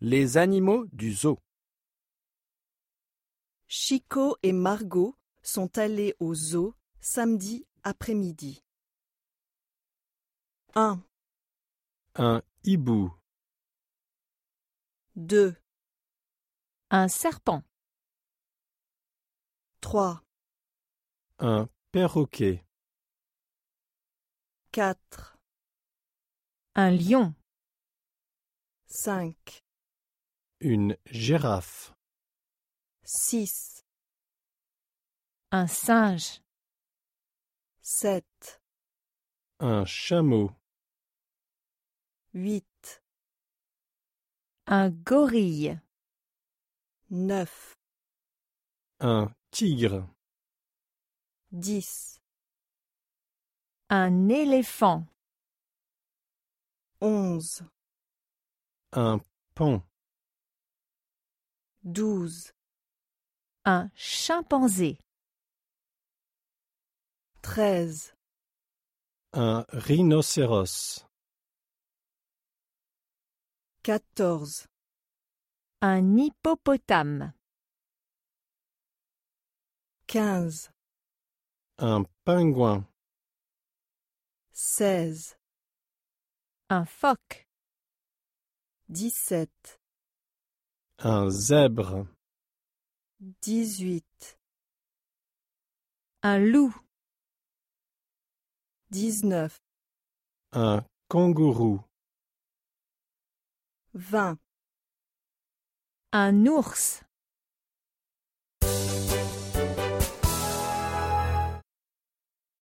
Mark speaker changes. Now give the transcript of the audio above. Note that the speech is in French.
Speaker 1: Les animaux du zoo.
Speaker 2: Chico et Margot sont allés au zoo samedi après-midi. 1,
Speaker 1: Un hibou,
Speaker 2: 2,
Speaker 3: un serpent,
Speaker 2: 3,
Speaker 1: un perroquet,
Speaker 2: 4,
Speaker 3: un lion,
Speaker 2: 5,
Speaker 1: une girafe,
Speaker 2: 6,
Speaker 3: un singe,
Speaker 2: 7,
Speaker 1: un chameau,
Speaker 2: 8,
Speaker 3: un gorille,
Speaker 2: 9,
Speaker 1: un tigre,
Speaker 2: 10,
Speaker 3: un éléphant,
Speaker 2: 11,
Speaker 1: un paon,
Speaker 2: 12,
Speaker 3: un chimpanzé,
Speaker 2: 13,
Speaker 1: un rhinocéros,
Speaker 2: 14,
Speaker 3: un hippopotame,
Speaker 2: 15,
Speaker 1: un pingouin,
Speaker 2: 16,
Speaker 3: un phoque,
Speaker 2: 17,
Speaker 1: un zèbre,
Speaker 2: 18,
Speaker 3: un loup,
Speaker 2: 19,
Speaker 1: un kangourou,
Speaker 2: 20,
Speaker 3: un ours,